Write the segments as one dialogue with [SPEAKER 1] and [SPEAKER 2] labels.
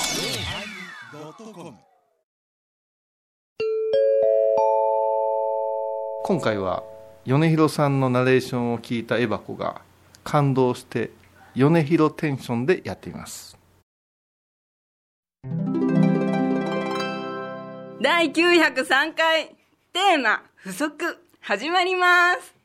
[SPEAKER 1] yosmir
[SPEAKER 2] 今回は米広さんのナレーションを聞いたエバコが感動して米広テンションでやっています
[SPEAKER 3] 第903回テーマ「不足」始まります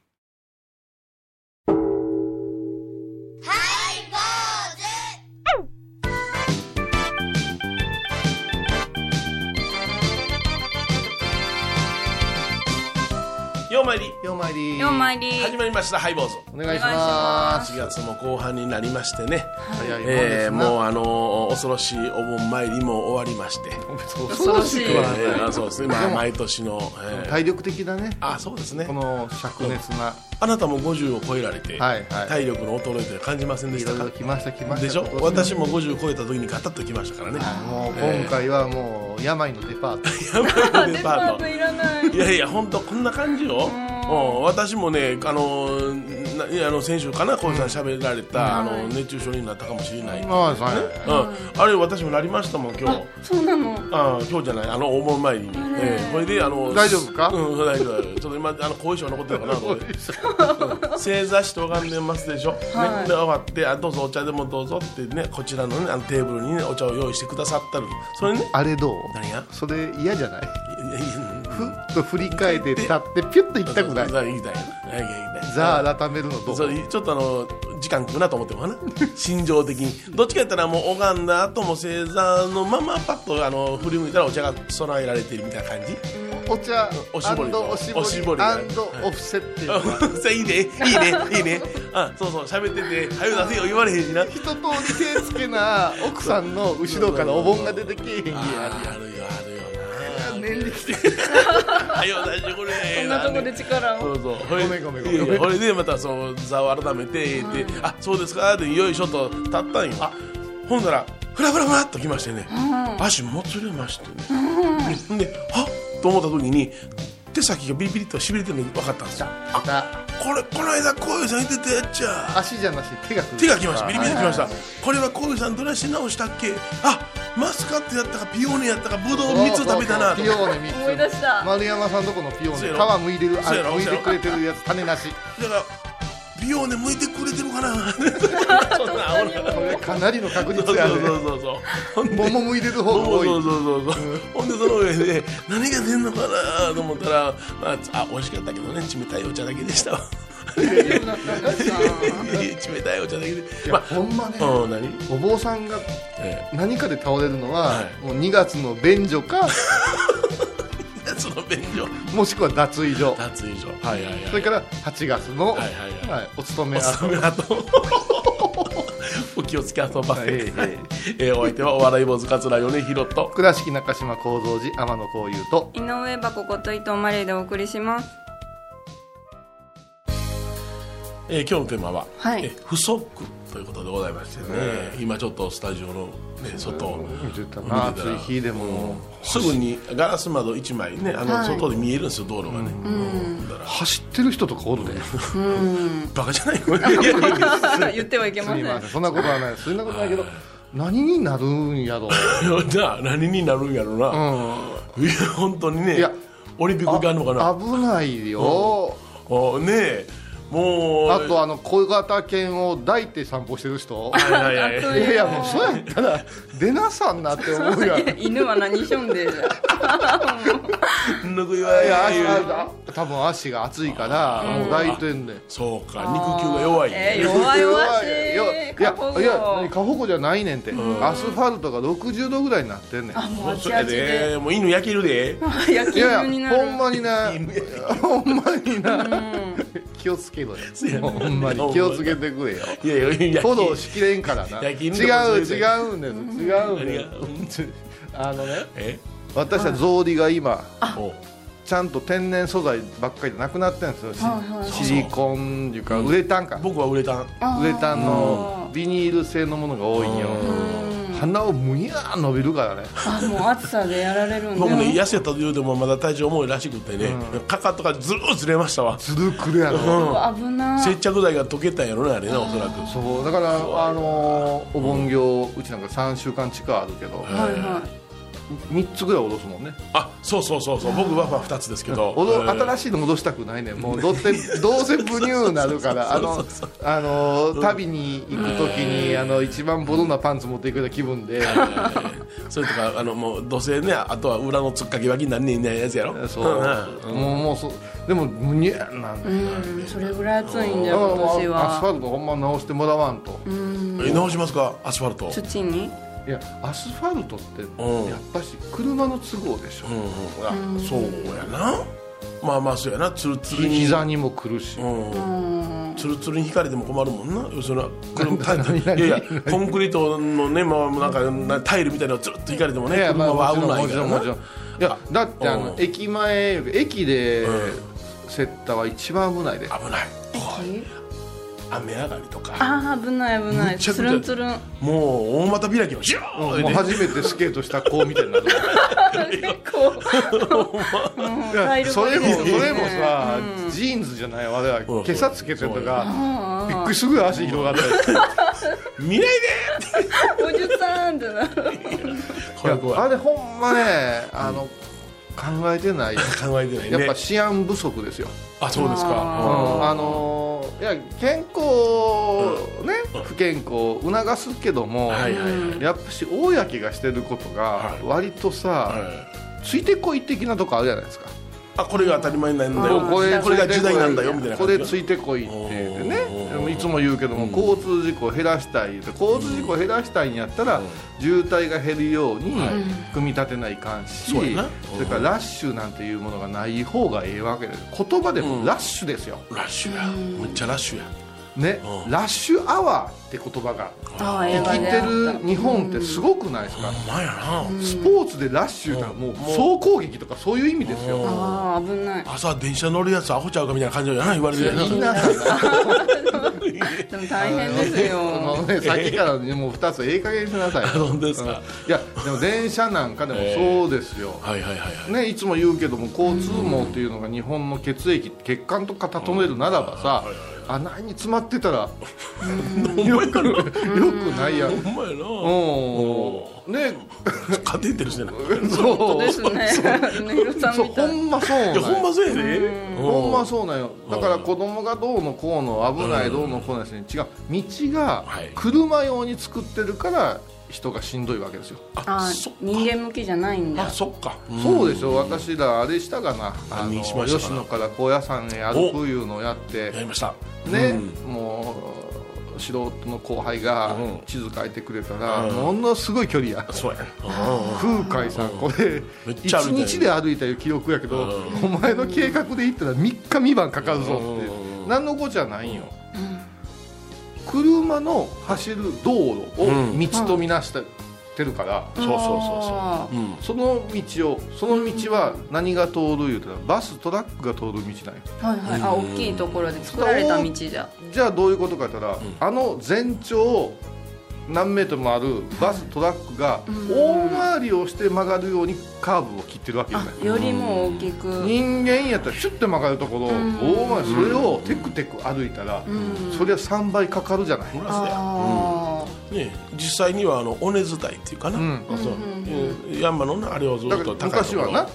[SPEAKER 4] ようまいり
[SPEAKER 2] ようまいり
[SPEAKER 3] 4枚入り
[SPEAKER 4] 始まりましたハイボーズ
[SPEAKER 2] お願いし
[SPEAKER 3] お願
[SPEAKER 2] ま
[SPEAKER 3] い
[SPEAKER 2] す
[SPEAKER 4] 4月も後半になりましてね、
[SPEAKER 2] 早いもんで
[SPEAKER 4] え
[SPEAKER 2] す
[SPEAKER 4] ー
[SPEAKER 2] な
[SPEAKER 4] もうあのー恐ろしいお盆参りも終わりまして、
[SPEAKER 2] 恐ろしい
[SPEAKER 4] え
[SPEAKER 2] わ
[SPEAKER 4] ーあそうですね、ま
[SPEAKER 2] で
[SPEAKER 4] あ、
[SPEAKER 2] も
[SPEAKER 4] 毎年の、えー
[SPEAKER 2] 体力的だね
[SPEAKER 4] あそうですね
[SPEAKER 2] この灼熱な
[SPEAKER 4] あなたも50を超えられて、
[SPEAKER 2] はいはい
[SPEAKER 4] 体力の衰えて感じませんで
[SPEAKER 2] い
[SPEAKER 4] した
[SPEAKER 2] ろい
[SPEAKER 4] か
[SPEAKER 2] ろ来ました来ました
[SPEAKER 4] でしょ
[SPEAKER 2] 今年
[SPEAKER 4] 私も50超えた時にガタッときましたからね、
[SPEAKER 2] もう今回はもう病のデパート
[SPEAKER 4] 山のデパート
[SPEAKER 3] いらない
[SPEAKER 4] いやいや本当こんな感じよ、うん、私もねあのーないやあの先週かな浩次さん喋られた、あの熱中症になったかもしれない、うん、
[SPEAKER 2] まあはい
[SPEAKER 4] あれ私もなりましたもん今日
[SPEAKER 3] そうなの
[SPEAKER 4] ああ今日じゃないあの大門前に、ええこれであの
[SPEAKER 2] 大丈夫か
[SPEAKER 4] うん大丈夫ちょっと今あの後遺症残ってるかなこれ正座して拝んでますでしょ、
[SPEAKER 3] はい
[SPEAKER 4] ね、で終わってあどうぞお茶でもどうぞってねこちらのねあのテーブルにねお茶を用意してくださったるそれね
[SPEAKER 2] あれどう
[SPEAKER 4] 何が
[SPEAKER 2] それ嫌じゃない
[SPEAKER 4] いやいや
[SPEAKER 2] ふっと振り返って立ってピュッと行きたくない
[SPEAKER 4] ザ行きたいな行きたい
[SPEAKER 2] ザあ改めるのどう
[SPEAKER 4] そうちょっとあの時間食うなと思ってもか な心情的にどっちかやったらもう拝んだ後も正座のままパッとあの振り向いたらお茶が備えられてるみたいな感じ
[SPEAKER 2] お茶
[SPEAKER 4] おしぼりと
[SPEAKER 2] おし
[SPEAKER 4] おしぼ
[SPEAKER 2] ぼ
[SPEAKER 4] り
[SPEAKER 2] り
[SPEAKER 4] が
[SPEAKER 2] アンドオフセっていうのは
[SPEAKER 4] さいいねいいねいいねあそうそう喋ってて「はよ出せよ」言われへんしな
[SPEAKER 2] 一通り手つけな奥さんの後ろからお盆が出てきえへんや
[SPEAKER 4] あるよあるよ
[SPEAKER 3] 年齢して
[SPEAKER 4] なはよ出してくれ
[SPEAKER 3] こんなとこで力
[SPEAKER 4] そ
[SPEAKER 3] を
[SPEAKER 4] うそうほい
[SPEAKER 2] ごめんごめんごめん
[SPEAKER 4] いやいやほいでまたその座を改めて言って「あそうですか」でよいしょと立ったんよあほんならフラフラフラっときましてね、足もつれましてね、ではっと思った時に手先がビリビリとしびれてるの分かったんですよ
[SPEAKER 2] また
[SPEAKER 4] これこの間こういうさん言ってたやっちゃ
[SPEAKER 2] 足じゃなし手が来る
[SPEAKER 4] 手が来ましたビリビリ
[SPEAKER 2] は
[SPEAKER 4] 来ました、これはこういうさんどないして直したっけあマスカットやったかピオーネやったかブドウ
[SPEAKER 2] い
[SPEAKER 4] 3つ食べたな
[SPEAKER 2] ピ
[SPEAKER 4] と
[SPEAKER 2] オーネ3つ
[SPEAKER 3] 思い出した
[SPEAKER 2] 丸山さんとこのピオ
[SPEAKER 4] そう
[SPEAKER 2] ー
[SPEAKER 4] や
[SPEAKER 2] ネ
[SPEAKER 4] ろ
[SPEAKER 2] 皮むいてるあ
[SPEAKER 4] そうやろ
[SPEAKER 2] むいてくれてるやつ種なし
[SPEAKER 4] だから美容ね向いてくれてる かなそんなアホな
[SPEAKER 2] これかなりの確
[SPEAKER 4] そう
[SPEAKER 2] 率や
[SPEAKER 4] そ
[SPEAKER 2] ね
[SPEAKER 4] うそうそうそうほんで
[SPEAKER 2] 桃むいてる方が
[SPEAKER 4] そ
[SPEAKER 2] 多
[SPEAKER 4] うそう
[SPEAKER 2] い
[SPEAKER 4] そうそうそうほんでその上で何が出んのかなと思ったら、まあ、あ美味しかったけどね冷たいお茶だけでしたわ冷たいお茶だけで
[SPEAKER 2] いや
[SPEAKER 4] ま
[SPEAKER 2] ほんまね
[SPEAKER 4] あうん何、
[SPEAKER 2] お坊さんが
[SPEAKER 4] え
[SPEAKER 2] 何かで倒れるのは
[SPEAKER 4] はい
[SPEAKER 2] もう2月の便所か
[SPEAKER 4] えその便所
[SPEAKER 2] もしくは脱衣所
[SPEAKER 4] 脱衣所はいはいはい
[SPEAKER 2] それから8月の
[SPEAKER 4] はいはいはい
[SPEAKER 2] はいお勤め
[SPEAKER 4] お勤めあと お気をつけあとばっ
[SPEAKER 2] は
[SPEAKER 4] て、
[SPEAKER 2] いはいはい
[SPEAKER 4] えーお相手はお笑い坊主桂米広と
[SPEAKER 2] 倉敷中島幸三寺天野幸雄と
[SPEAKER 3] 井上箱こと伊藤マレーでお送りします
[SPEAKER 4] えー今日のテーマは、
[SPEAKER 3] はい
[SPEAKER 4] えー不足ということでございましてね、今ちょっとスタジオの、ね、外を
[SPEAKER 2] 見てた
[SPEAKER 4] な
[SPEAKER 2] な暑い日でも
[SPEAKER 4] すぐにガラス窓一枚ねあの、外で見えるんですよ道路がね、うん、だから
[SPEAKER 2] 走ってる人とかおるね
[SPEAKER 4] バカじゃない これいやいや
[SPEAKER 3] 言ってはいけ
[SPEAKER 2] す
[SPEAKER 3] ませ
[SPEAKER 2] み
[SPEAKER 3] ん
[SPEAKER 2] ませんそんなことはないそんなことないけど何になるんやろう
[SPEAKER 4] じゃあ何になるんやろうな、いや本当にね
[SPEAKER 2] いや
[SPEAKER 4] オリンピックがあるのかな
[SPEAKER 2] 危ないよ
[SPEAKER 4] おねえもう
[SPEAKER 2] あとあの小型犬を抱いて散歩してる人
[SPEAKER 4] はいはいはい
[SPEAKER 2] いやいやもうそうやった ら出なさんなって思うやんい
[SPEAKER 3] 犬は何しょんで
[SPEAKER 4] ぬくいわい
[SPEAKER 2] や
[SPEAKER 4] や
[SPEAKER 2] 足
[SPEAKER 4] いや
[SPEAKER 2] あ多分足が熱いからもう抱いてんねん
[SPEAKER 4] そうか肉球が弱い、
[SPEAKER 3] えー弱々しい
[SPEAKER 2] いやい
[SPEAKER 3] 過保護
[SPEAKER 2] やいや過保護じゃないねんってアスファルトが60度ぐらいになってんねん
[SPEAKER 3] あもう
[SPEAKER 4] そ
[SPEAKER 3] 足
[SPEAKER 4] れ
[SPEAKER 3] 足で
[SPEAKER 4] でもう犬焼けるで
[SPEAKER 3] 焼
[SPEAKER 2] い
[SPEAKER 3] き
[SPEAKER 2] や
[SPEAKER 3] 犬
[SPEAKER 2] い
[SPEAKER 3] に
[SPEAKER 2] や
[SPEAKER 3] な
[SPEAKER 2] ほん
[SPEAKER 3] る
[SPEAKER 2] まになほんまにな気をつけろよ
[SPEAKER 4] そうやな
[SPEAKER 2] ほんまに気をつけてくれよ
[SPEAKER 4] いやいやいや
[SPEAKER 2] フォローしきれんからな違
[SPEAKER 4] 焼き
[SPEAKER 2] う
[SPEAKER 4] 犬とかそういう
[SPEAKER 2] 違うんです違うん
[SPEAKER 4] 何
[SPEAKER 2] で
[SPEAKER 4] が
[SPEAKER 2] す
[SPEAKER 4] うん
[SPEAKER 2] あのね
[SPEAKER 4] え
[SPEAKER 2] 私は草履が今
[SPEAKER 4] お
[SPEAKER 2] ちゃんと天然素材ばっかりじゃなくなってんですよシシリコンっていうかウレタンか
[SPEAKER 4] 僕はウレタン
[SPEAKER 2] ウレタンのビニール製のものが多いんよ鼻をむにゃー伸びるからね
[SPEAKER 3] あもう暑さでやられるんだ
[SPEAKER 4] 僕ね痩せたというでもまだ体重重いらしくてね、かかとがずるーずれましたわ
[SPEAKER 2] ずるくるやろ、
[SPEAKER 3] うわ危な
[SPEAKER 4] 接
[SPEAKER 3] い
[SPEAKER 4] 着剤が溶けたんやろなあれなおそらく
[SPEAKER 2] そうだからあのーお盆業、うちなんか3週間近あるけど、
[SPEAKER 3] はいはい
[SPEAKER 2] 3つぐらい戻すもんね
[SPEAKER 4] あそうそうそうそう僕はまあ2つですけど、
[SPEAKER 2] おど
[SPEAKER 4] うん
[SPEAKER 2] 新しいの戻したくないねもうどうせどうせブニューなるからあのあのー旅に行く時にあの一番ボロなパンツ持っていくような気分で
[SPEAKER 4] それとかあのもう土星ねあとは裏のつっかけ脇になんねえねえやつやろ
[SPEAKER 2] そう、
[SPEAKER 4] ん
[SPEAKER 2] もうもうそうでもむにゃーなんだよ
[SPEAKER 3] うんそれぐらい暑いんだ
[SPEAKER 2] だからもうア
[SPEAKER 3] よ今年
[SPEAKER 2] スフ
[SPEAKER 3] は
[SPEAKER 2] ァルトほんま直してもらわんと、
[SPEAKER 4] え直しますかアスファルト
[SPEAKER 3] 土に
[SPEAKER 2] いやアスファルトって
[SPEAKER 4] うん
[SPEAKER 2] やっぱし車の都合でしょ、
[SPEAKER 4] うんうんあそうやなまあまあそうやなつるつるに
[SPEAKER 2] 膝にも来るし、
[SPEAKER 4] うんつるつるに引かれても困るもんな要するに車タイ
[SPEAKER 2] 何何
[SPEAKER 4] いやいやコンクリートのね、まあ、なんかなタイルみたいなのつるっと引かれてもね
[SPEAKER 2] いやま
[SPEAKER 4] 車
[SPEAKER 2] あ
[SPEAKER 4] は
[SPEAKER 2] も
[SPEAKER 4] 危
[SPEAKER 2] ちろん
[SPEAKER 4] な
[SPEAKER 2] もちろんもち
[SPEAKER 4] いからな
[SPEAKER 2] ろんいやだってあ
[SPEAKER 4] う
[SPEAKER 2] の
[SPEAKER 4] ん
[SPEAKER 2] 駅前駅でセッターは一番危ないで、
[SPEAKER 4] 危ない怖い雨上がりとか
[SPEAKER 3] ああ危ない危な
[SPEAKER 4] む
[SPEAKER 3] い
[SPEAKER 4] ちゃくちゃ
[SPEAKER 3] つるんつるん
[SPEAKER 4] もう大股開きをジュー
[SPEAKER 2] うんもう初めてスケートした子みたいになる
[SPEAKER 3] こ
[SPEAKER 2] いやそれもそれもさ、
[SPEAKER 3] うん
[SPEAKER 2] ジーンズじゃないわれは
[SPEAKER 4] うん
[SPEAKER 2] 今朝つけてると
[SPEAKER 3] う
[SPEAKER 2] か、
[SPEAKER 3] んうん
[SPEAKER 2] びっくりするぐらい足広がったり
[SPEAKER 4] 未来で
[SPEAKER 3] おじさんってなる
[SPEAKER 4] これ
[SPEAKER 2] いや
[SPEAKER 4] 怖
[SPEAKER 2] あ
[SPEAKER 4] い
[SPEAKER 2] れほんまねあの、考えてないよ
[SPEAKER 4] 考えてない
[SPEAKER 2] や
[SPEAKER 4] ね
[SPEAKER 2] っぱ治安不足ですよ、
[SPEAKER 4] あそうです
[SPEAKER 2] うん
[SPEAKER 4] か
[SPEAKER 2] あのーいや健康をね、不健康を促すけども、
[SPEAKER 4] うんはいはいはい
[SPEAKER 2] やっぱし公がしてることが
[SPEAKER 4] はい
[SPEAKER 2] 割とさ、
[SPEAKER 4] はい
[SPEAKER 2] ついてこい的なとこあるじゃないですか
[SPEAKER 4] あこれが当たり前なんだよ
[SPEAKER 3] あー
[SPEAKER 4] これこれが時代なんだよみたいな
[SPEAKER 2] こ
[SPEAKER 4] 感じ
[SPEAKER 2] れついてこいって言ってね
[SPEAKER 4] うん
[SPEAKER 2] でもいつも言うけども、交通事故を減らしたい言うて交通事故を減らしたいんやったら、渋滞が減るように組み立てないかんし、
[SPEAKER 4] そうやな
[SPEAKER 2] それからラッシュなんていうものがない方がええわけです言葉でもラッシュですよ、
[SPEAKER 4] ラッシュやめっちゃラッシュや
[SPEAKER 2] ね、
[SPEAKER 4] うん
[SPEAKER 2] ラッシュアワーって言葉が
[SPEAKER 3] ああ映
[SPEAKER 2] 生
[SPEAKER 3] 画
[SPEAKER 2] き
[SPEAKER 3] で
[SPEAKER 2] てる日本ってすごくないですか、
[SPEAKER 4] ほんまやな
[SPEAKER 2] スポーツでラッシュがもう総攻撃とかそういう意味ですよ、
[SPEAKER 3] ああ危ない
[SPEAKER 4] 朝電車乗るやつアホちゃうかみたいな感じやな言われるやな
[SPEAKER 2] みんな
[SPEAKER 3] でも大変ですよ
[SPEAKER 2] もうね、さっきから、ね、もう2つええ加減にしなさい
[SPEAKER 4] 本当ですか
[SPEAKER 2] うんいやでも電車なんかでもそうですよ、
[SPEAKER 4] はいはいはいはい
[SPEAKER 2] ね、いつも言うけども交通網っていうのが日本の血液血管とかたとめるならばさ穴に詰まってたらよくよくないやん
[SPEAKER 4] ほんまやな
[SPEAKER 2] うんね
[SPEAKER 4] カテーテルしてない
[SPEAKER 2] そう
[SPEAKER 3] ですね ねるさん
[SPEAKER 2] そう
[SPEAKER 3] みた
[SPEAKER 2] ほ
[SPEAKER 3] い
[SPEAKER 2] んまそうなん
[SPEAKER 4] い
[SPEAKER 2] や
[SPEAKER 4] やほんまそうやで
[SPEAKER 2] ほんまそうなんよだから子供がどうのこうの危ないどうのこうのですね違う道が
[SPEAKER 4] はい
[SPEAKER 2] 車用に作ってるから人がしんどいわけですよ、
[SPEAKER 3] あ
[SPEAKER 4] そっか
[SPEAKER 3] 人間向きじゃないんだ
[SPEAKER 4] あそっか
[SPEAKER 2] そうでしょ私らあれしたかなあ
[SPEAKER 4] 何
[SPEAKER 2] の
[SPEAKER 4] しましたかな
[SPEAKER 2] 吉野から高野山へ歩くいうのをやって
[SPEAKER 4] やりました
[SPEAKER 2] ね、もう素人の後輩が
[SPEAKER 4] うん
[SPEAKER 2] 地図書いてくれたら、ものすごい距離や
[SPEAKER 4] そうや
[SPEAKER 2] 空海さんこれ
[SPEAKER 4] めっちゃ歩
[SPEAKER 2] 1
[SPEAKER 4] いたよ
[SPEAKER 2] 日で歩いたいう記憶やけどお前の計画で行ったら3日三晩かかるぞって何のこっちゃないんよ車の走る道路
[SPEAKER 4] うん
[SPEAKER 2] を道とみなしてるから
[SPEAKER 4] そうそうそう
[SPEAKER 3] あ
[SPEAKER 4] そううん
[SPEAKER 2] その道をその道は何が通る言うたらバストラックが通る道なんよ
[SPEAKER 3] ーはいはいあ大きいところで作られた道じゃ
[SPEAKER 2] じゃあどういうことか言ったらあの全長何メートルもあるバストラックが大回りをして曲がるようにカーブを切ってるわけじゃない
[SPEAKER 3] あよりも大きく
[SPEAKER 2] 人間やったらシュッて曲がるところを大前それをテクテク歩いたらそりゃ3倍かかるじゃない
[SPEAKER 4] ほらそうや
[SPEAKER 3] あ
[SPEAKER 4] ね実際にはあの尾根伝いっていうかな、
[SPEAKER 2] ん
[SPEAKER 4] あそううん山のなあれをずっ
[SPEAKER 2] だから
[SPEAKER 4] と高い
[SPEAKER 2] 昔
[SPEAKER 4] とこ
[SPEAKER 2] は
[SPEAKER 4] ろ
[SPEAKER 2] な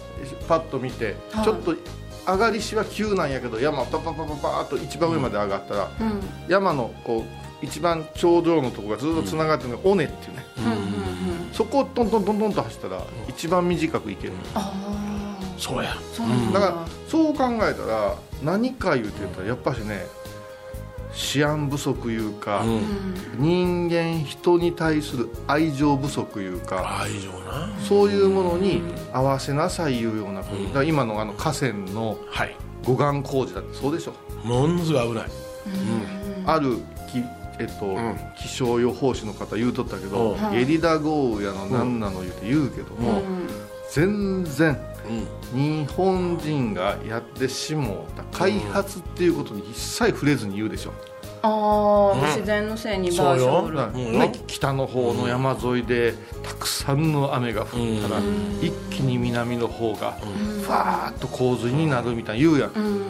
[SPEAKER 2] パッと見て
[SPEAKER 3] はい
[SPEAKER 2] ちょっと上がりしは急なんやけど山パパパパパーっと一番上まで上がったら
[SPEAKER 3] あうん
[SPEAKER 2] 山のこう一番頂上のとこがずっとつながってるのが尾根っていうね
[SPEAKER 3] うんうんうん
[SPEAKER 2] そこをトントントントンと走ったら一番短く行ける
[SPEAKER 3] ああ
[SPEAKER 4] そうや
[SPEAKER 3] そうなん
[SPEAKER 2] だ
[SPEAKER 3] だ
[SPEAKER 2] からそう考えたら何か言うて言ったらやっぱしね治安不足いうか、人間人に対する愛情不足いうか
[SPEAKER 4] 愛情な
[SPEAKER 2] そういうものに合わせなさいいうような国、だから今のあの河川の
[SPEAKER 4] はい
[SPEAKER 2] 護岸工事だってそうでしょ、
[SPEAKER 4] ものすごい危ない
[SPEAKER 2] あるき、えっと
[SPEAKER 4] ん
[SPEAKER 2] 気象予報士の方言うとったけど、
[SPEAKER 4] う
[SPEAKER 2] ゲリラ豪雨やのなんなの言うて言うけども、全然
[SPEAKER 4] うん
[SPEAKER 2] 日本人がやってしもうた開発っていうことに一切触れずに言うでしょ
[SPEAKER 3] ああ、自然のせいにバージョン
[SPEAKER 2] だから
[SPEAKER 4] うん
[SPEAKER 2] ね、北の方の山沿いでたくさんの雨が降ったら、
[SPEAKER 4] う
[SPEAKER 2] 一気に南の方がふわーっと洪水になるみたいな言うやん、
[SPEAKER 3] うん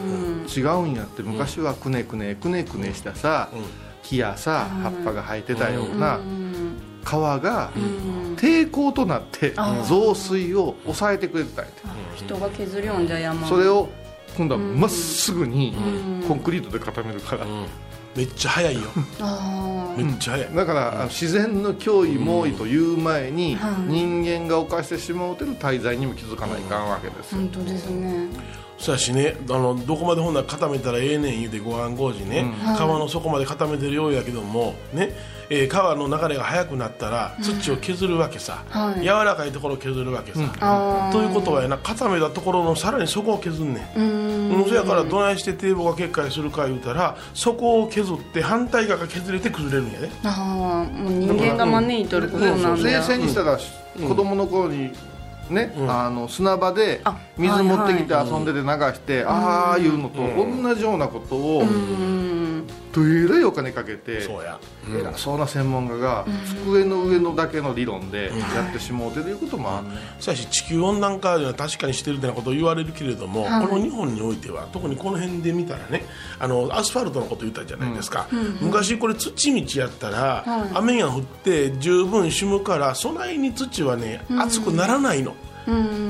[SPEAKER 2] 違うんやって昔はくねくねくねくねしたさ、
[SPEAKER 4] うん
[SPEAKER 2] 木やさ葉っぱが生えてたような
[SPEAKER 3] うん
[SPEAKER 2] 川が
[SPEAKER 3] うん
[SPEAKER 2] 抵抗となって
[SPEAKER 3] あー
[SPEAKER 2] 増水を抑えてくれてたんやて
[SPEAKER 3] 人が削りょんじゃ山
[SPEAKER 2] それを今度はまっすぐに
[SPEAKER 3] うん
[SPEAKER 2] コンクリートで固めるから、
[SPEAKER 4] めっちゃ早いよ
[SPEAKER 3] あ
[SPEAKER 4] めっちゃ早い
[SPEAKER 2] だから、あの自然の脅威猛威という前に、
[SPEAKER 3] はい
[SPEAKER 2] 人間が犯してしまうてる滞在にも気づかないかんわけです
[SPEAKER 3] あ
[SPEAKER 2] よ、
[SPEAKER 3] 本当ですね
[SPEAKER 4] そやしねあのどこまでほんなら固めたらええねん言うてご飯工事ね、川の底まで固めてるようやけどもね、えー川の流れが速くなったら土を削るわけさ、
[SPEAKER 3] はい
[SPEAKER 4] 柔らかいところを削るわけさ、
[SPEAKER 3] あー
[SPEAKER 4] ということはやな固めたところのさらに底を削んねん
[SPEAKER 3] うん
[SPEAKER 4] うんそやからどないして堤防が決壊するか言うたらそこを削って反対側が削れて崩れるんやね
[SPEAKER 3] ああもう人間が招いとることなんだ
[SPEAKER 2] 冷静にしたら、子供の頃にね、あの砂場で
[SPEAKER 3] あ
[SPEAKER 2] 水持ってきて遊んでて流して、ああいうのと同じようなことを、
[SPEAKER 3] うん
[SPEAKER 2] どえらいお金かけて、
[SPEAKER 4] そうや
[SPEAKER 2] 偉そうな専門家が、机の上のだけの理論でやってしまうてということもあんねん
[SPEAKER 4] そやし地球温暖化では確かにしてるってなことを言われるけれども、
[SPEAKER 3] はい
[SPEAKER 4] この日本においては特にこの辺で見たらねあのアスファルトのこと言ったじゃないですか、昔これ土道やったら、
[SPEAKER 3] はい
[SPEAKER 4] 雨が降って十分しむから備えに土はね熱くならないの、
[SPEAKER 3] うん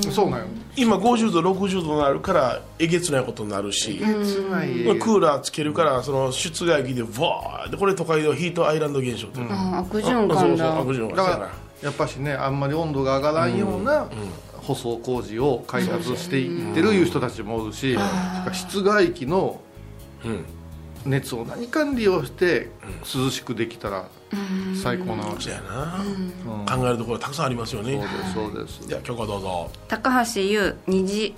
[SPEAKER 2] そうなんよ
[SPEAKER 4] 今50度60度になるからえげつないことになるし、
[SPEAKER 2] つまり
[SPEAKER 4] クーラーつけるからその室外機でわーってこれ都会ではヒートアイランド現象って、う
[SPEAKER 3] ああ悪
[SPEAKER 4] そう
[SPEAKER 3] 循
[SPEAKER 4] そう
[SPEAKER 3] 環だ
[SPEAKER 4] 悪循環
[SPEAKER 2] だからやっぱしねあんまり温度が上がらんような舗装工事を開発していってるいう人たちもおるし室外機の
[SPEAKER 4] うん
[SPEAKER 2] 熱を何かに利用して涼しくできたら最高なわけ
[SPEAKER 4] そうやな、考えるところたくさんありますよね
[SPEAKER 2] そうですそう
[SPEAKER 4] じ
[SPEAKER 2] で
[SPEAKER 4] ゃあ許可どうぞ
[SPEAKER 3] 高橋優虹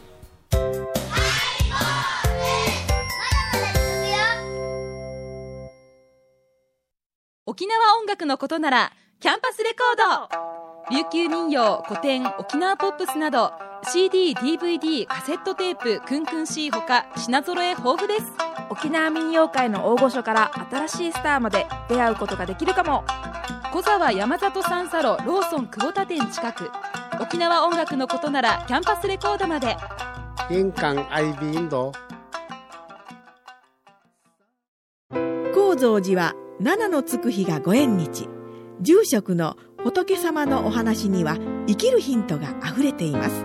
[SPEAKER 1] 沖縄音楽のことならキャンパスレコード琉球民謡古典沖縄ポップスなど CDDVD カセットテープクンクン C ほか品揃え豊富です
[SPEAKER 5] 沖縄民謡界の大御所から新しいスターまで出会うことができるかも
[SPEAKER 1] 小沢山里三佐路ローソン久保田店近く沖縄音楽のことならキャンパスレコードまで
[SPEAKER 6] 印港 IB 印度。
[SPEAKER 7] 高蔵寺は七のつく日がご縁日住職の仏様のお話には生きるヒントがあふれています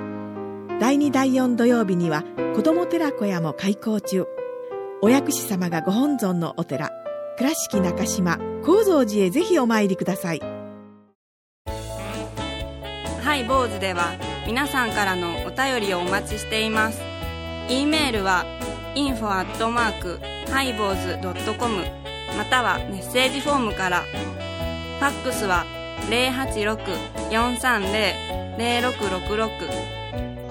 [SPEAKER 7] 第2第4土曜日には子ども寺小屋も開校中お薬師様がご本尊のお寺倉敷中島・高蔵寺へぜひお参りください
[SPEAKER 3] ハイボーズでは皆さんからのお便りをお待ちしています。e メールは info アットマークハイボーズドットコムまたはメッセージフォームから。ファックスは086-430-0666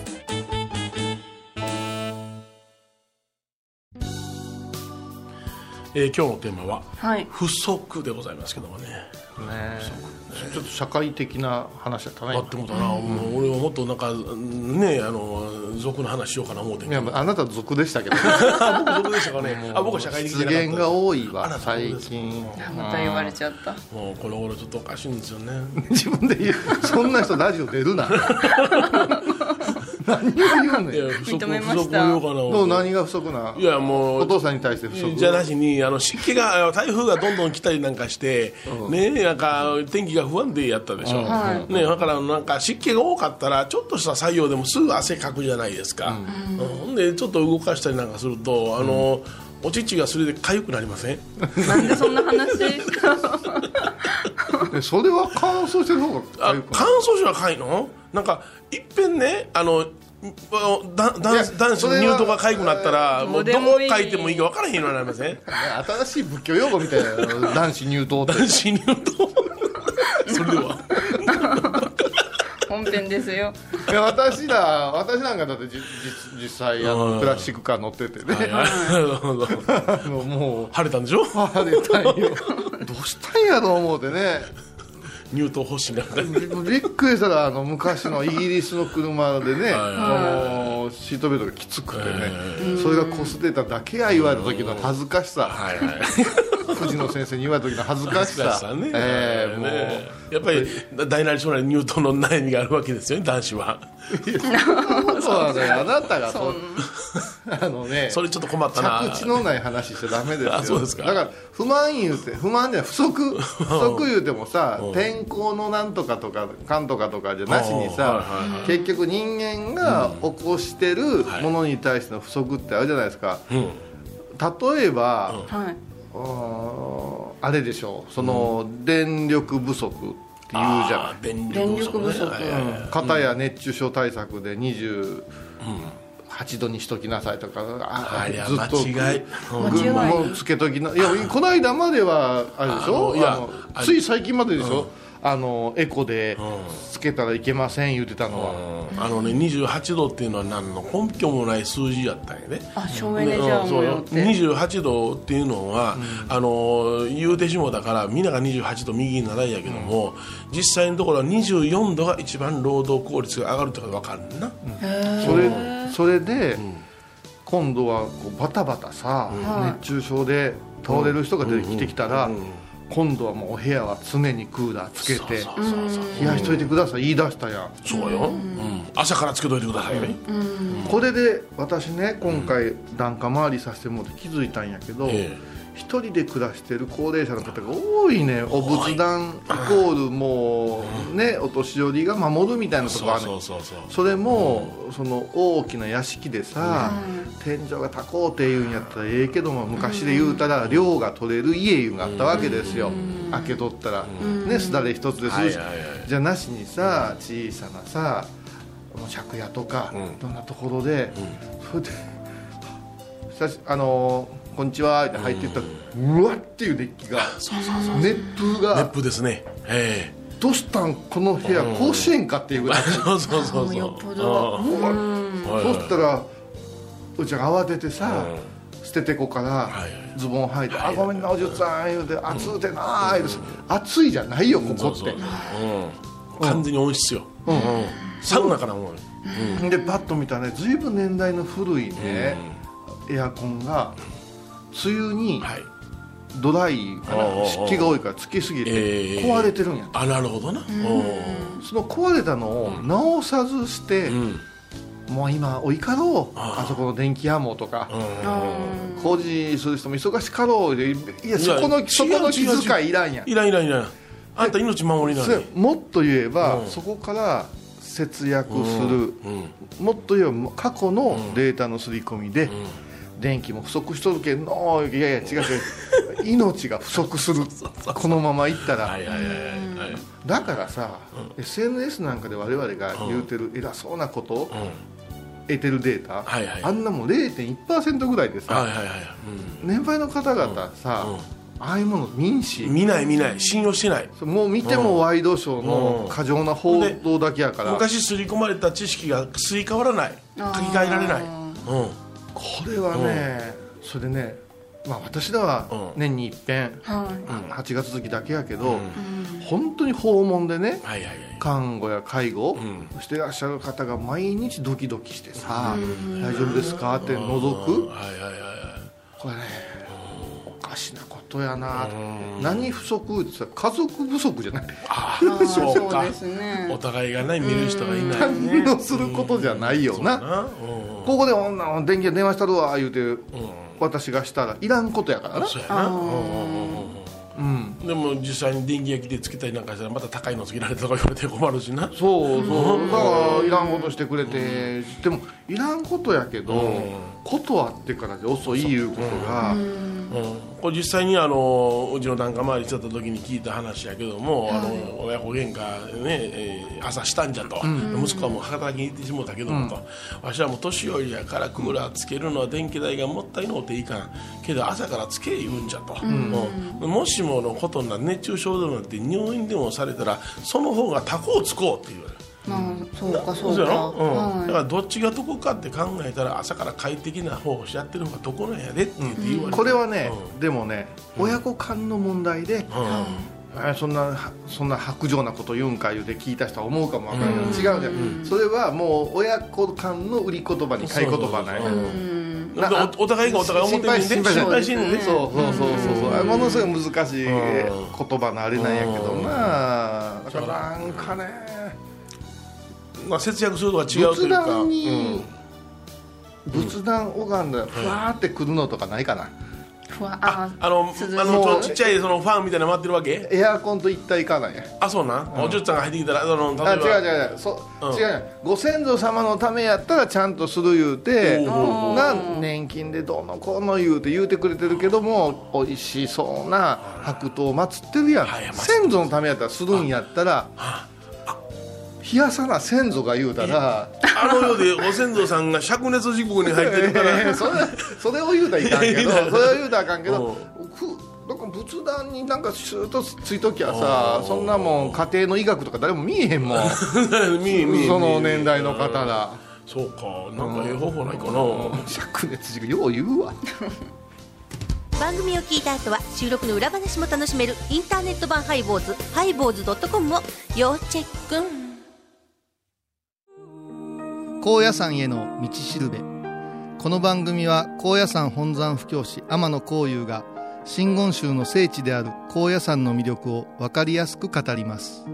[SPEAKER 4] えー今日のテーマは
[SPEAKER 3] はい
[SPEAKER 4] 「不足」でございますけどもね
[SPEAKER 2] すねちょっと社会的な話だったね
[SPEAKER 4] あってことはな、もう俺はもっとなんかねあの俗の話しようかな思うてん
[SPEAKER 2] い
[SPEAKER 4] け
[SPEAKER 2] や
[SPEAKER 4] ど
[SPEAKER 2] あなた俗でしたけど
[SPEAKER 4] あ 僕俗でしたかねあ僕は社会的じ
[SPEAKER 2] 失
[SPEAKER 4] ゃなかった
[SPEAKER 2] 言が多い
[SPEAKER 4] あな
[SPEAKER 2] わ
[SPEAKER 4] たそう
[SPEAKER 2] 最
[SPEAKER 4] です
[SPEAKER 2] 近
[SPEAKER 3] また言われちゃった。
[SPEAKER 4] もうこの頃ちょっとおかしいんです よね
[SPEAKER 2] 自分で言うそんな人ラジオ出るな 何を言うの
[SPEAKER 4] いや
[SPEAKER 2] よ
[SPEAKER 4] 不足
[SPEAKER 3] 認めました
[SPEAKER 4] 不足言おうかな
[SPEAKER 2] どう
[SPEAKER 4] 思て
[SPEAKER 2] 何が不足ない
[SPEAKER 4] やもう
[SPEAKER 2] お父さんに対して不足
[SPEAKER 4] じゃなしにあの湿気があの台風がどんどん来たりなんかして、ね、なんか天気が不安定やったでしょ、ね、だからなんか湿気が多かったらちょっとした作業でもすぐ汗かくじゃないですか、うんほんでちょっと動かしたりなんかするとあの、お乳がそれで痒くなりません
[SPEAKER 3] なんでそんな話したの
[SPEAKER 2] えそれは乾燥してる方が
[SPEAKER 4] あ
[SPEAKER 2] かゆくない
[SPEAKER 4] 乾燥症はかいのなんかいっぺんねあのあのだ
[SPEAKER 2] い
[SPEAKER 4] 男
[SPEAKER 2] や
[SPEAKER 4] 子男子
[SPEAKER 2] それ
[SPEAKER 4] の
[SPEAKER 2] は
[SPEAKER 4] 乳頭が痒くなったら
[SPEAKER 3] ー
[SPEAKER 4] も
[SPEAKER 3] ど
[SPEAKER 4] う
[SPEAKER 3] う
[SPEAKER 4] ど
[SPEAKER 3] で
[SPEAKER 4] こ
[SPEAKER 3] もいい
[SPEAKER 4] 書いてもいいか分からへんようになりません
[SPEAKER 2] 新しい仏教用語みたいなの男子入党って
[SPEAKER 4] 男子乳頭それでは
[SPEAKER 3] 本編ですよ。
[SPEAKER 2] いや私ら私なんかだってじ実実際あ
[SPEAKER 4] うん
[SPEAKER 2] のプラスチックカー乗ってて ね、
[SPEAKER 4] なるほど
[SPEAKER 2] あのもう
[SPEAKER 4] 晴れたんでしょ
[SPEAKER 2] 歯出たんよどうしたんやと思うてね
[SPEAKER 4] 入党方針が書か れてる
[SPEAKER 2] びっくりしたらあの昔のイギリスの車でねあのシートベルトがきつくてね、それが擦れただけや言われた時の恥ずかしさ
[SPEAKER 4] はいはい
[SPEAKER 2] 藤野先生に言われた時の恥ずかしさ
[SPEAKER 4] 難しさね,、
[SPEAKER 2] ええもう、
[SPEAKER 4] ねやっぱり大なり小なり入党の悩みがあるわけですよね男子は
[SPEAKER 2] そうだねあなたがそう あのね
[SPEAKER 4] それちょっと困ったな
[SPEAKER 2] 着地のない話しちゃダメですよ
[SPEAKER 4] あそうですか
[SPEAKER 2] だから不満言うて不満じゃない不足 不足言うてもさ天候のなんとかとかかんとかとかじゃなしにさ、
[SPEAKER 4] はいはい
[SPEAKER 2] 結局人間が起こしてるものに対しての不足ってあるじゃないですか、例えば、
[SPEAKER 3] はい。
[SPEAKER 2] うーんあれでしょうその、電力不足って言うじゃない
[SPEAKER 4] あー電力不足,、ね、
[SPEAKER 2] 片や熱中症対策で28度にしときなさいとか、あ
[SPEAKER 4] ありゃ間違い
[SPEAKER 2] 群馬もつけときないやこの間まではあれでしょ
[SPEAKER 4] あのいや
[SPEAKER 2] あの
[SPEAKER 4] あ
[SPEAKER 2] つい最近まででしょ、あのエコでつけたらいけません言ってたのは、
[SPEAKER 4] あのね28度っていうのは何の根拠もない数字やったんやね
[SPEAKER 3] あ、省エネじゃん、
[SPEAKER 4] そう
[SPEAKER 3] もうよ
[SPEAKER 4] よ
[SPEAKER 3] って。
[SPEAKER 4] 28度っていうのは、あのー言うてしもだからみんなが28度右にならんやけども、実際のところは24度が一番労働効率が上がるってことが分かるな、
[SPEAKER 2] それそれで、今度はこうバタバタさ、熱中症で倒れる人が出てきてきたら、今度はもうお部屋は常にクーラーつけて
[SPEAKER 4] そうそうそう
[SPEAKER 2] 冷やしといてください言い出したやん
[SPEAKER 4] そうよ、うん朝からつけといてくださいね、
[SPEAKER 2] これで私ね今回檀家回りさせてもらって気づいたんやけど、
[SPEAKER 4] ええ
[SPEAKER 2] 一人で暮らしてる高齢者の方が多いねお仏壇イコールもうねお年寄りが守るみたいなとこ
[SPEAKER 4] そ
[SPEAKER 2] あ
[SPEAKER 4] う
[SPEAKER 2] る
[SPEAKER 4] そうそうそう
[SPEAKER 2] それも、その大きな屋敷でさ、天井が高うていうんやったらええけども昔で言うたら量が取れる家いうんがあったわけですよ、開けとったら、ねすだれ一つです
[SPEAKER 4] は
[SPEAKER 2] る
[SPEAKER 4] いはい
[SPEAKER 2] し、
[SPEAKER 4] はい
[SPEAKER 2] じゃなしにさ小さなさ借家とか、
[SPEAKER 4] ん
[SPEAKER 2] どんなところで、それで「久しあのーこんにちは」って入っていったら、うわっていうデッキが熱風
[SPEAKER 4] 熱
[SPEAKER 2] が
[SPEAKER 4] 風ですねえ
[SPEAKER 2] 「どうしたんこの部屋甲子園か」っていうぐらい
[SPEAKER 4] えそうそうそうそうよっぽど
[SPEAKER 2] うわそしたらうちが慌ててさ、捨ててこから
[SPEAKER 4] いはい
[SPEAKER 2] ズボン履いて「あごめんなおじゅっさん」言うて「暑うてな」言うて「暑いじゃないよここって」
[SPEAKER 4] うん、完全に温室よ、うんサウナからもう
[SPEAKER 2] でパッと見たらねずいぶん年代の古いね、エアコンが梅雨に
[SPEAKER 4] はい
[SPEAKER 2] ドライかな
[SPEAKER 4] おうおうおう
[SPEAKER 2] 湿気が多いからつきすぎ
[SPEAKER 4] え
[SPEAKER 2] て
[SPEAKER 4] え
[SPEAKER 2] 壊れてるんや、
[SPEAKER 4] あなるほどな、おー
[SPEAKER 2] その壊れたのを直さずして、
[SPEAKER 4] ん
[SPEAKER 2] もう今おいかろうあそこの電気屋もとか、工事する人も忙しかろうでいやそこ
[SPEAKER 4] い
[SPEAKER 2] の
[SPEAKER 4] や
[SPEAKER 2] そこ
[SPEAKER 4] 違
[SPEAKER 2] の
[SPEAKER 4] う
[SPEAKER 2] 気遣いいらんやん
[SPEAKER 4] いらんいらんいらんあんた命守りな
[SPEAKER 2] そ
[SPEAKER 4] の
[SPEAKER 2] れ
[SPEAKER 4] に
[SPEAKER 2] もっと言えば、
[SPEAKER 4] うん
[SPEAKER 2] そこから節約する、
[SPEAKER 4] うん
[SPEAKER 2] もっと言えば過去のデータの刷り込みで、電気も不足しとるけんのいやいや違う 違う命が不足するこのままいったら、
[SPEAKER 4] はいはいはいはいはい
[SPEAKER 2] だからさ、SNS なんかで我々が言うてる偉そうなこと、得てるデータ、
[SPEAKER 4] はいはい
[SPEAKER 2] あんなもん0.1%ぐらいでさ、
[SPEAKER 4] はいはいはい、
[SPEAKER 2] 年配の方々さ、ああいうもの民視、
[SPEAKER 4] うん、見ない見ない信用してない
[SPEAKER 2] もう見てもワイドショー
[SPEAKER 4] うん
[SPEAKER 2] の過剰な報道だけやから、
[SPEAKER 4] 昔刷り込まれた知識がすり替わらない書き換えられないうん
[SPEAKER 2] これはね、それでね、まあ、私らは
[SPEAKER 4] うん
[SPEAKER 2] 年に一遍、
[SPEAKER 3] はい。
[SPEAKER 2] 8月月だけやけど、本当に訪問でね
[SPEAKER 4] はいはいはい
[SPEAKER 2] 看護や介護
[SPEAKER 4] ん
[SPEAKER 2] してらっしゃる方が毎日ドキドキしてさ「大丈夫ですか?」って覗く
[SPEAKER 4] はいはいはいはい
[SPEAKER 2] これねおかしなことやなと何不足ってさ家族不足じゃない
[SPEAKER 3] あーそうです
[SPEAKER 4] お
[SPEAKER 3] ね。
[SPEAKER 4] 互いがね見る人がいないね
[SPEAKER 2] 何をすることじゃないよな
[SPEAKER 4] なうん
[SPEAKER 2] ここで女の電気が電話したるわ言うて私がしたらいらんことやからな
[SPEAKER 4] そうやなうんうんうんうん
[SPEAKER 2] うん
[SPEAKER 4] でも実際に電気焼きでつけたりなんかしたらまた高いのつけられたとか言われて困るしな
[SPEAKER 2] そうそうだからいらんことしてくれてでもいらんことやけど断ってからじゃ遅いいうことが
[SPEAKER 4] これ実際にあのうちの檀家回りしてた時に聞いた話やけども、あの親子喧嘩ね、えー朝したんじゃと、息子はもう働きに行ってしもうたけどもと、わしはもう年寄りやからクーラーつけるのは電気代がもったいのうていかんけど朝からつけ言うんじゃと、うんもしものことなら熱中症でもなって入院でもされたらその方がタコをつこうって言われる。
[SPEAKER 3] まあ、そうか、そ
[SPEAKER 4] そう
[SPEAKER 3] う
[SPEAKER 4] や
[SPEAKER 3] か。
[SPEAKER 4] ろ、うんだか
[SPEAKER 3] は
[SPEAKER 4] らどっちが得かって考えたら朝から快適な方をやってる方が得なんやでって言って言われて
[SPEAKER 2] これはねでもね親子間の問題で
[SPEAKER 4] うん
[SPEAKER 2] えーそんなはそんな薄情なこと言うんか言うて聞いた人は思うかもわからない、違うじゃん、それはもう親子間の売り言葉に買い言葉ない、
[SPEAKER 4] うん
[SPEAKER 2] な
[SPEAKER 4] でおお互いがお互い思ってるんで
[SPEAKER 2] 心配心配
[SPEAKER 4] し
[SPEAKER 2] し
[SPEAKER 4] ん
[SPEAKER 2] ん
[SPEAKER 4] ね
[SPEAKER 2] ねそうそうそうそうそうあものすごい難しい
[SPEAKER 4] うん
[SPEAKER 2] 言葉のあれなんやけど
[SPEAKER 4] うん
[SPEAKER 2] まあだからなんかね
[SPEAKER 4] まあ、節約するのが違うとい
[SPEAKER 2] 仏
[SPEAKER 4] うか
[SPEAKER 2] 壇に仏壇拝んだらふわーってくるのとかないかな
[SPEAKER 8] ふわ
[SPEAKER 4] あ
[SPEAKER 8] あ
[SPEAKER 4] あの
[SPEAKER 8] 涼しい
[SPEAKER 4] あのちょちっちゃいそのファンみたいなの回ってるわけ
[SPEAKER 2] エアコンと一体化なんや
[SPEAKER 4] あそうなん、おじゅっちゃんが入ってきたらあの
[SPEAKER 2] あ違う
[SPEAKER 4] 例えば
[SPEAKER 2] 違う違うそ、う
[SPEAKER 4] うん
[SPEAKER 2] 違う違うご先祖様のためやったらちゃんとする言うて
[SPEAKER 4] おうおうおう
[SPEAKER 2] な年金でどうのこうの言うて言うてくれてるけども美味しそうな白桃を祀ってるやん
[SPEAKER 4] はいはい
[SPEAKER 2] 先祖のためやったらするんやったら冷やさな先祖が言うたら
[SPEAKER 4] あの世でご先祖さんが灼熱時刻に入ってるから
[SPEAKER 2] それそれを言うたらいかんけどそれを言うたらいかんけ
[SPEAKER 4] おう
[SPEAKER 2] どふなんか仏壇になんかシューッとついときゃさそんなもん家庭の医学とか誰も見えへんもん
[SPEAKER 4] 見え見え
[SPEAKER 2] その
[SPEAKER 4] 見え
[SPEAKER 2] 年代の方ら。
[SPEAKER 4] そうかなんかええ方法ないかな、
[SPEAKER 2] 灼熱時がよう言うわ
[SPEAKER 9] 番組を聞いた後は収録の裏話も楽しめるインターネット版ハイボーズハイボーズドットコムを要チェック
[SPEAKER 10] 高野山への道しるべこの番組は高野山本山布教師天野幸雄が真言宗の聖地である高野山の魅力を分かりやすく語ります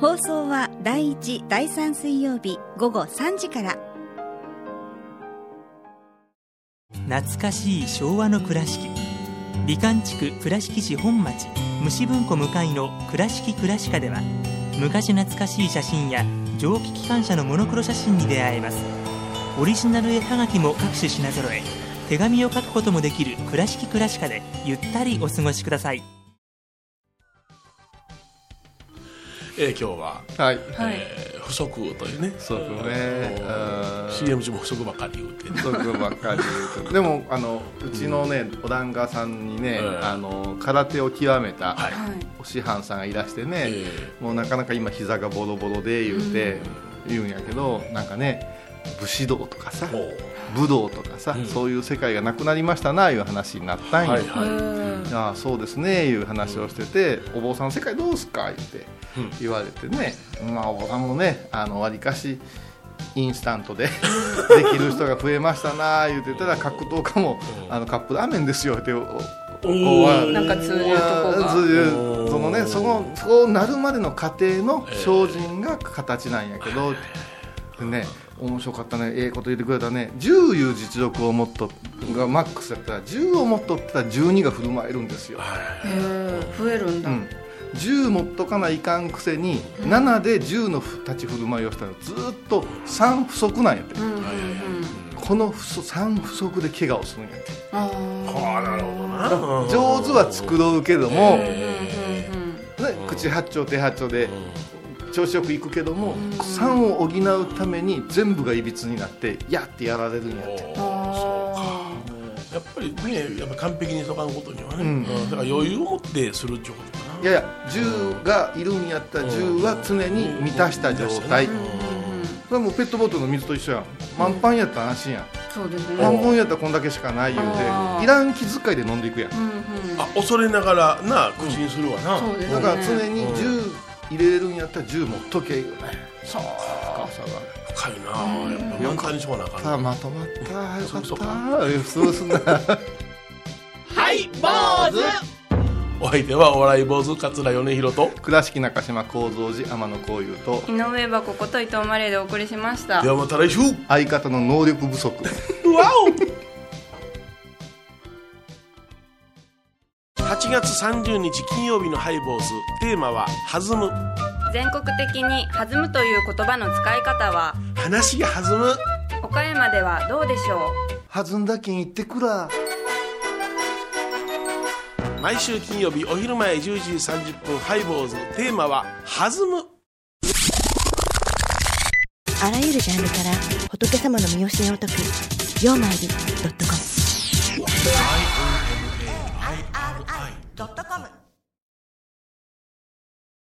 [SPEAKER 11] 放送は第1第3水曜日午後3時から
[SPEAKER 12] 懐かしい昭和の倉敷美観地区倉敷市本町虫文庫向かいの「倉敷倉歯科」では昔懐かしい写真や蒸気機関車のモノクロ写真に出会えますオリジナル絵はがきも各種品揃え手紙を書くこともできる「倉敷倉歯科」でゆったりお過ごしください
[SPEAKER 4] えー今日は、
[SPEAKER 2] はい
[SPEAKER 8] はい
[SPEAKER 4] えー不足というね
[SPEAKER 2] 足ね
[SPEAKER 4] うん
[SPEAKER 2] うん
[SPEAKER 4] CM 中も不足ばっかり言うてね
[SPEAKER 2] そういうことばっかり言うとでもあのうちのねお団家さんにね、
[SPEAKER 4] うん
[SPEAKER 2] あの空手を極めた
[SPEAKER 4] はい、
[SPEAKER 2] お師範さんがいらしてね、
[SPEAKER 4] え
[SPEAKER 2] もうなかなか今膝がボロボロで言うて、言うんやけどなんかね武士道とかさ
[SPEAKER 4] ー、も
[SPEAKER 2] 武道とかさ、
[SPEAKER 4] うん
[SPEAKER 2] そういう世界がなくなりましたないう話になったん
[SPEAKER 4] う
[SPEAKER 2] よ、
[SPEAKER 4] はいはい、
[SPEAKER 2] ああそうですねいう話をしてて「お坊さんの世界どうすか?」って
[SPEAKER 4] うん
[SPEAKER 2] 言われてね、まあお坊さんもねあの割かしインスタン トでできる人が増えましたなあ言うてたら格闘家も「あのカップラーメンですよ」っておこ
[SPEAKER 4] お
[SPEAKER 2] は
[SPEAKER 8] なんか通じるとこが
[SPEAKER 2] 通じる
[SPEAKER 4] おー
[SPEAKER 2] そのねそのそうなるまでの過程の精進が形なんやけど、でね面白かったねええこと言ってくれたね10いう実力を持っとがマックスやったら10を持っとったら12が振る舞えるんですよ、
[SPEAKER 8] へえ増えるん
[SPEAKER 2] う
[SPEAKER 8] だ、
[SPEAKER 2] ん、10持っとかないかんくせに7で10の立ち振る舞いをしたらずーっと3不足なんやって、
[SPEAKER 8] うんうんうん、
[SPEAKER 2] この不足3不足で怪我をするんやって
[SPEAKER 8] あ
[SPEAKER 4] ああなるほどな
[SPEAKER 2] 上手は
[SPEAKER 4] く
[SPEAKER 2] 繕うけど
[SPEAKER 8] ー
[SPEAKER 2] も、
[SPEAKER 8] うんうんうん
[SPEAKER 2] ね、口八丁手八丁で調子よくいくけども3を補うために全部がいびつになってやってやられるんやって
[SPEAKER 8] あ
[SPEAKER 4] やっぱりねやっぱ完璧にしとかんことにはね、
[SPEAKER 2] うん
[SPEAKER 4] うんだから余裕を持ってするっていうことかない
[SPEAKER 2] やいや10がいるんやったら10は常に満たした状態
[SPEAKER 4] うん
[SPEAKER 2] それもうペットボトルの水と一緒やん満杯やったら安心やん
[SPEAKER 8] ーそうですね
[SPEAKER 2] 半分やったらこんだけしかない言う
[SPEAKER 8] あー
[SPEAKER 2] ていらん気遣いで飲んでいくやん
[SPEAKER 8] うんうん
[SPEAKER 4] あ恐れながらな口にするわな、
[SPEAKER 8] そうですね
[SPEAKER 2] だから常に10入れれるんやったら10持っとけ言うねそうかそうか
[SPEAKER 4] 深いなやっぱ満タンにしようなあかん
[SPEAKER 2] さ
[SPEAKER 4] な
[SPEAKER 2] あまとまったよか
[SPEAKER 4] そう
[SPEAKER 2] っ
[SPEAKER 4] そう
[SPEAKER 2] たえそうすんな
[SPEAKER 4] お相手はお笑い坊主桂米広と
[SPEAKER 2] 倉敷中島幸三寺天野幸雄と
[SPEAKER 3] 井上箱こと伊藤マレーでお送りしました
[SPEAKER 4] ではまた来週
[SPEAKER 2] 相方の能力不足
[SPEAKER 4] わお8月30日金曜日のハイボーズテーマは「弾む
[SPEAKER 3] 全国的に弾むという言葉の使い方は
[SPEAKER 4] 話が弾む
[SPEAKER 3] 岡山ではどうでしょう
[SPEAKER 2] 弾んだけん言ってくら」
[SPEAKER 4] 毎週金曜日お昼前10時30分ハイボーズテーマは「弾む
[SPEAKER 11] あらゆるジャンルから仏様の身教えを解く「曜マイルドットコム」
[SPEAKER 4] 「